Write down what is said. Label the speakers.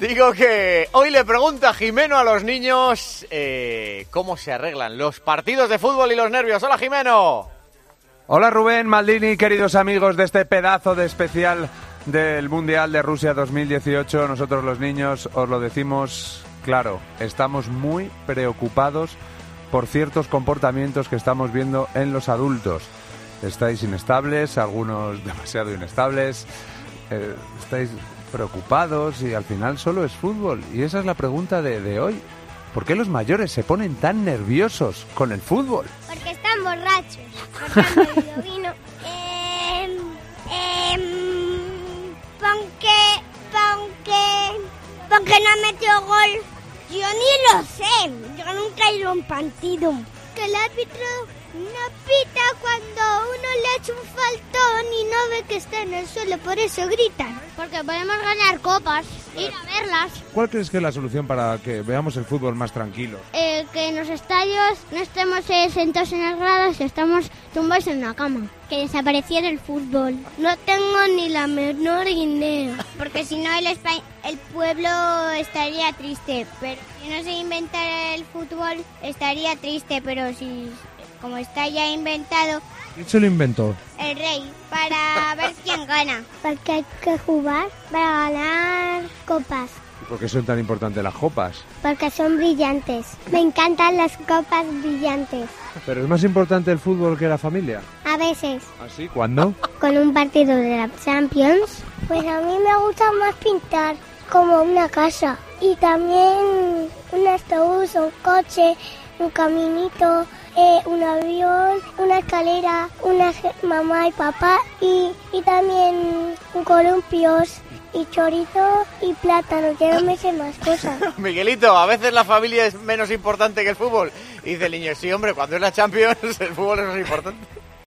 Speaker 1: Digo que hoy le pregunta Jimeno a los niños eh, cómo se arreglan los partidos de fútbol y los nervios. Hola Jimeno.
Speaker 2: Hola Rubén Maldini, queridos amigos de este pedazo de especial del Mundial de Rusia 2018. Nosotros los niños os lo decimos claro, estamos muy preocupados por ciertos comportamientos que estamos viendo en los adultos. Estáis inestables, algunos demasiado inestables, eh, estáis preocupados y al final solo es fútbol. Y esa es la pregunta de, de hoy. ¿Por qué los mayores se ponen tan nerviosos con el fútbol?
Speaker 3: Porque están borrachos, porque han bebido vino. Em, em, porque, porque, porque no ha metido gol. Yo ni lo sé, yo nunca he ido a un partido. Que el árbitro no pita cuando uno le echa un faltón y no ve que está en el suelo, por eso gritan.
Speaker 4: Porque podemos ganar copas, ir a verlas.
Speaker 5: ¿Cuál crees que es la solución para que veamos el fútbol más tranquilo?
Speaker 4: Eh, que en los estadios no estemos eh, sentados en las gradas, estamos tumbados en una cama. Que desapareciera el fútbol.
Speaker 3: No tengo ni la menor idea. Porque si no, el, espa- el pueblo estaría triste. Pero si no se inventara el fútbol, estaría triste. Pero si, como está ya inventado,
Speaker 5: ¿Quién se lo inventó?
Speaker 3: el rey para ver quién gana. Porque hay que jugar para ganar copas.
Speaker 2: ¿Por qué son tan importantes las copas?
Speaker 3: Porque son brillantes. Me encantan las copas brillantes.
Speaker 2: Pero es más importante el fútbol que la familia.
Speaker 3: A veces.
Speaker 2: ¿Así? ¿Cuándo?
Speaker 3: con un partido de la Champions? Pues a mí me gusta más pintar como una casa y también un autobús, un coche, un caminito, eh, un avión, una escalera, una je- mamá y papá y, y también columpios y chorizo y plátano, ya no me sé más cosas.
Speaker 1: Miguelito, a veces la familia es menos importante que el fútbol. Y dice el niño, sí hombre, cuando es la Champions el fútbol es más importante.